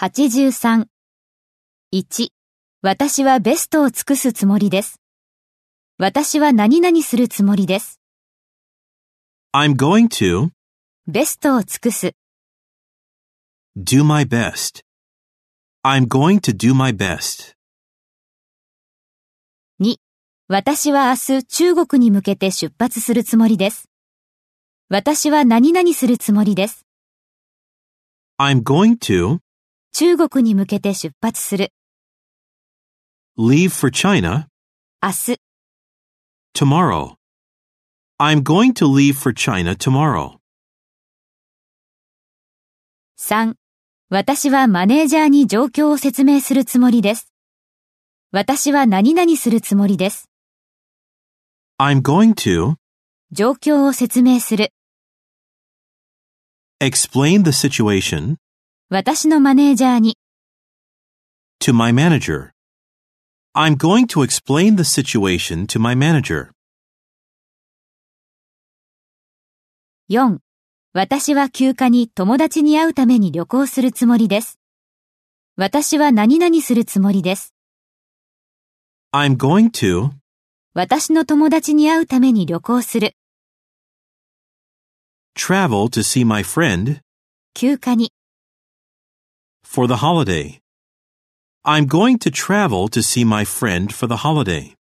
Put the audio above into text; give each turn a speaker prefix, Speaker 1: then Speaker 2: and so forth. Speaker 1: 83。1、私はベストを尽くすつもりです。私は何々するつもりです。
Speaker 2: I'm going to
Speaker 1: ベストを尽くす。
Speaker 2: do my best. I'm going to do my best.
Speaker 1: 私は明日中国に向けて出発するつもりです。私は何々するつもりです。
Speaker 2: I'm going to
Speaker 1: 中国に向けて出発する。
Speaker 2: leave for China
Speaker 1: 明日。
Speaker 2: tomorrow. I'm going to leave for China tomorrow.
Speaker 1: 3. 私はマネージャーに状況を説明するつもりです。私は何々するつもりです。
Speaker 2: I'm going to
Speaker 1: 状況を説明する。
Speaker 2: explain the situation
Speaker 1: 私のマネージャーに
Speaker 2: to my manager. I'm going to explain the situation to my manager.
Speaker 1: 4. 私は休暇に友達に会うために旅行するつもりです。私は何々するつもりです。
Speaker 2: I'm going to
Speaker 1: 私の友達に会うために旅行する。
Speaker 2: travel to see my friend
Speaker 1: 休暇に
Speaker 2: for the holiday. I'm going to travel to see my friend for the holiday.